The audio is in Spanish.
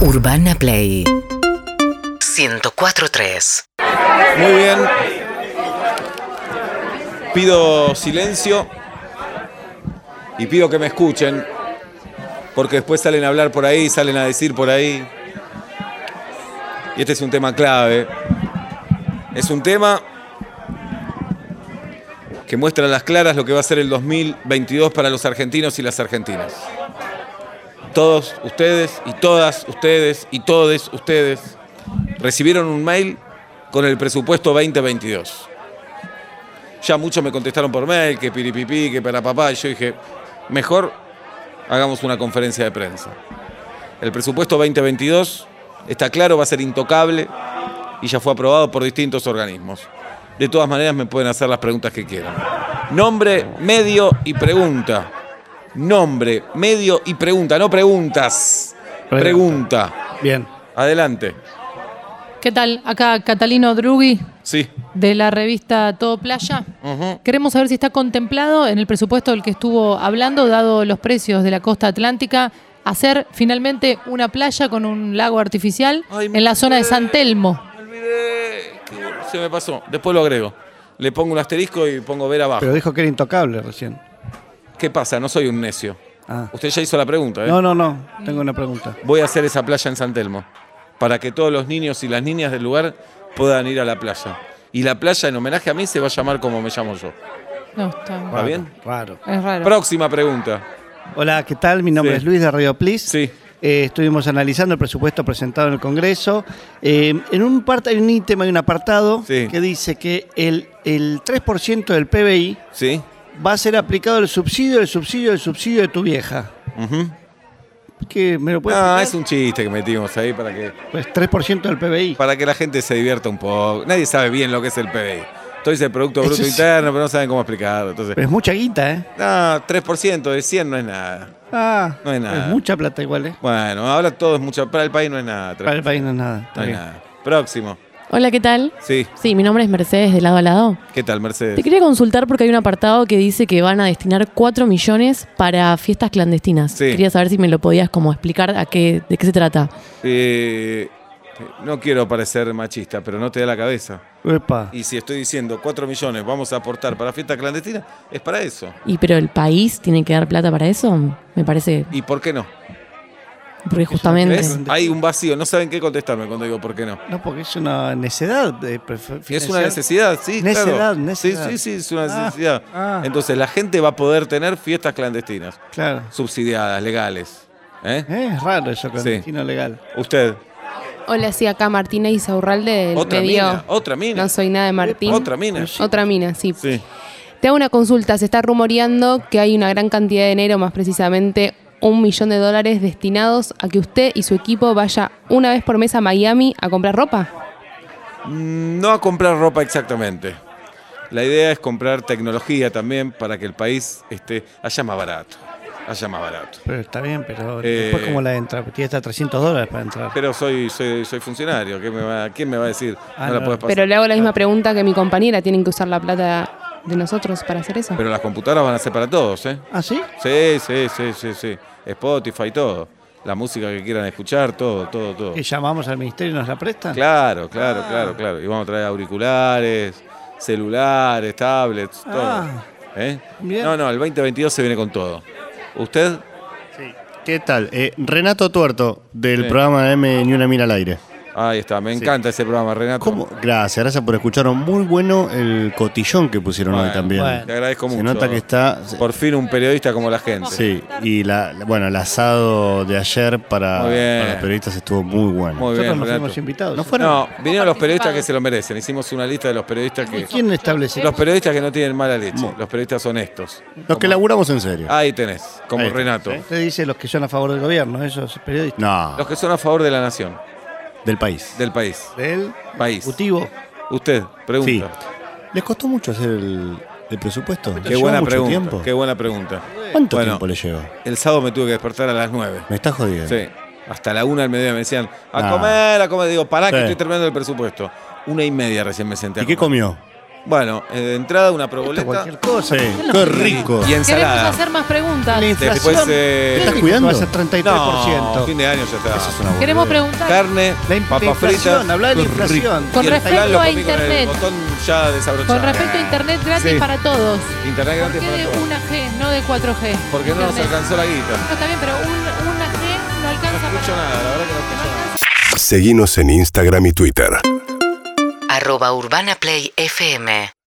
Urbana Play 104.3 Muy bien. Pido silencio y pido que me escuchen, porque después salen a hablar por ahí, salen a decir por ahí. Y este es un tema clave. Es un tema que muestra a las claras lo que va a ser el 2022 para los argentinos y las argentinas. Todos ustedes y todas ustedes y todes ustedes recibieron un mail con el presupuesto 2022. Ya muchos me contestaron por mail, que piripipi, que para papá, y yo dije, mejor hagamos una conferencia de prensa. El presupuesto 2022 está claro, va a ser intocable y ya fue aprobado por distintos organismos. De todas maneras me pueden hacer las preguntas que quieran. Nombre, medio y pregunta. Nombre, medio y pregunta, no preguntas. Pregunta. Pregunta. Bien. Adelante. ¿Qué tal? Acá Catalino Drughi Sí. de la revista Todo Playa. Ujú. Queremos saber si está contemplado en el presupuesto del que estuvo hablando, dado los precios de la costa atlántica, hacer finalmente una playa con un lago artificial Ay, me en la zona de San Telmo. Me olvidé. Qué bueno, Se me pasó. Después lo agrego. Le pongo un asterisco y pongo ver abajo. Pero dijo que era intocable recién. ¿Qué pasa? No soy un necio. Ah. Usted ya hizo la pregunta, ¿eh? No, no, no. Tengo una pregunta. Voy a hacer esa playa en San Telmo. Para que todos los niños y las niñas del lugar puedan ir a la playa. Y la playa, en homenaje a mí, se va a llamar como me llamo yo. No, está, ¿Va bien? Raro. es raro. Próxima pregunta. Hola, ¿qué tal? Mi nombre Sí. es Luis de Radio Plis. Sí. Eh, estuvimos analizando el presupuesto presentado en el Congreso. Eh, en un parte hay un ítem, hay un apartado Sí. que dice que el, el 3% del PBI ¿Sí? va a ser aplicado el subsidio, el subsidio, el subsidio de tu vieja. Ujú. ¿Qué me lo puedes Ah, explicar? es un chiste que metimos ahí para que, Pues 3% del PBI. para que la gente se divierta un poco. Nadie sabe bien lo que es el PBI. Todo dice Producto Eso Bruto sí. Interno, pero no saben cómo explicarlo. Entonces, Pero es mucha guita, ¿eh? No, 3% de 100 no es nada. Ah, No hay nada. Es mucha plata igual, ¿eh? Bueno, ahora todo es mucho. Para el país no es nada. 3%. Para el país no es nada. Está no es bien. nada. Próximo. Hola, ¿qué tal? Sí. Sí, mi nombre es Mercedes de lado a lado. ¿Qué tal, Te Mercedes? quería consultar porque hay un apartado que dice que van a destinar 4 millones para fiestas clandestinas. Sí. Quería saber si me lo podías como explicar a qué, de qué se trata. Eh, no quiero parecer machista, pero no te da la cabeza. Epa. Y si estoy diciendo 4 millones vamos a aportar para fiesta clandestina, es para eso. ¿Y pero el país tiene que dar plata para eso? Me parece, ¿Y por qué no? porque justamente... ¿Ves? Hay un vacío, no saben qué contestarme cuando digo por qué no. No, porque es una necedad. de pref- Es una financiar. necesidad, sí, Necedad, claro. necedad. Sí, sí, sí, es una Ah, necesidad. ah. Entonces la gente va a poder tener fiestas clandestinas, Claro. subsidiadas, legales. ¿Eh? Eh, es raro eso, clandestino legal. Usted. Hola, sí, acá Martina Isaurralde del Otra medio mina. Otra mina. No soy nada de Martín. Otra mina. Otra mina, sí. Sí. Te hago una consulta. Se está rumoreando que hay una gran cantidad de dinero, más precisamente un millón de dólares destinados a que usted y su equipo vaya una vez por mes a Miami a comprar ropa. Mm, No a comprar ropa exactamente. La idea es comprar tecnología también para que el país esté allá más barato. Allá más barato. Pero está bien, pero Eh. después cómo la entra. Tiene hasta 300 dólares para entrar. Pero soy, soy, soy funcionario. ¿Qué me va- ¿Quién me va a decir? Ah, no la no. puedes pasar. Pero le hago la misma pregunta que mi compañera. Tienen que usar la plata de nosotros para hacer eso. Pero las computadoras van a ser para todos, ¿eh? ¿Ah, sí? Sí, sí, sí, sí, sí. Spotify, todo. La música que quieran escuchar, todo, todo, todo. Que llamamos al ministerio y nos la prestan. Claro, claro, claro, claro. Y vamos a traer auriculares, celulares, tablets, todo. Ah, ¿Eh? bien. No, no, el 2022 se viene con todo. ¿Usted? ¿Qué tal? Eh, Renato Tuerto, del Sí. programa M Ni Una Mira al Aire. Ahí está, me encanta ese programa, Renato. ¿Cómo? Gracias, gracias por escuchar. Muy bueno el cotillón que pusieron Bueno, hoy también. bueno. Te agradezco Se mucho. nota que está... Por fin un periodista como la gente. Sí, y la, la- bueno, el asado de ayer para, Muy bien. para los periodistas estuvo muy bueno. Muy Nosotros bien, nos Renato. fuimos invitados. ¿No ¿eh? fueron? No, vinieron los periodistas que se lo merecen. Hicimos una lista de los periodistas que... ¿Quién establece? Los periodistas que no tienen mala leche, Mo- los periodistas honestos. Los que laburamos en serio. Ahí tenés, como Ahí está, Renato. ¿eh? Usted dice los que son a favor del gobierno, esos periodistas. No, Los que son a favor de la nación, del país. del país. Del País. Ejecutivo. Usted, Sí. pregunta. ¿Les costó mucho hacer el, el presupuesto? ¿Les Qué llevó buena mucho pregunta. tiempo? Qué buena pregunta. ¿Cuánto Bueno. tiempo le llevó? El sábado me tuve que despertar a las 9. Me está jodiendo. Sí. Hasta la una al mediodía me decían, a Ah. comer, a comer. Digo, pará que Sí. estoy terminando el presupuesto. Una y media recién me senté. a ¿Y qué comer. comió? Bueno, eh, de entrada una Esto es proboleta cualquier cosa. Sí, qué rico. y Queremos ensalada. hacer más preguntas. La inflación Después, eh, ¿qué ¿Estás dijo? cuidando? va a ser 33%. No, fin de año ya está. Queremos preguntar. Carne, La in- la papas fritas. inflación, habla de la Qué rico. inflación. y Con el flan respecto lo a comí con el Internet. botón ya desabrochado. Con respecto a internet gratis Sí. para todos. Internet ¿Por gratis qué para de todos. una G, no de 4G? Porque no nos Internet. alcanzó la guita. No, está bien, pero un- una G no No alcanza escucho para... nada, la verdad que no escucho nada. Seguinos en Instagram y Twitter. arroba Urbana Play FM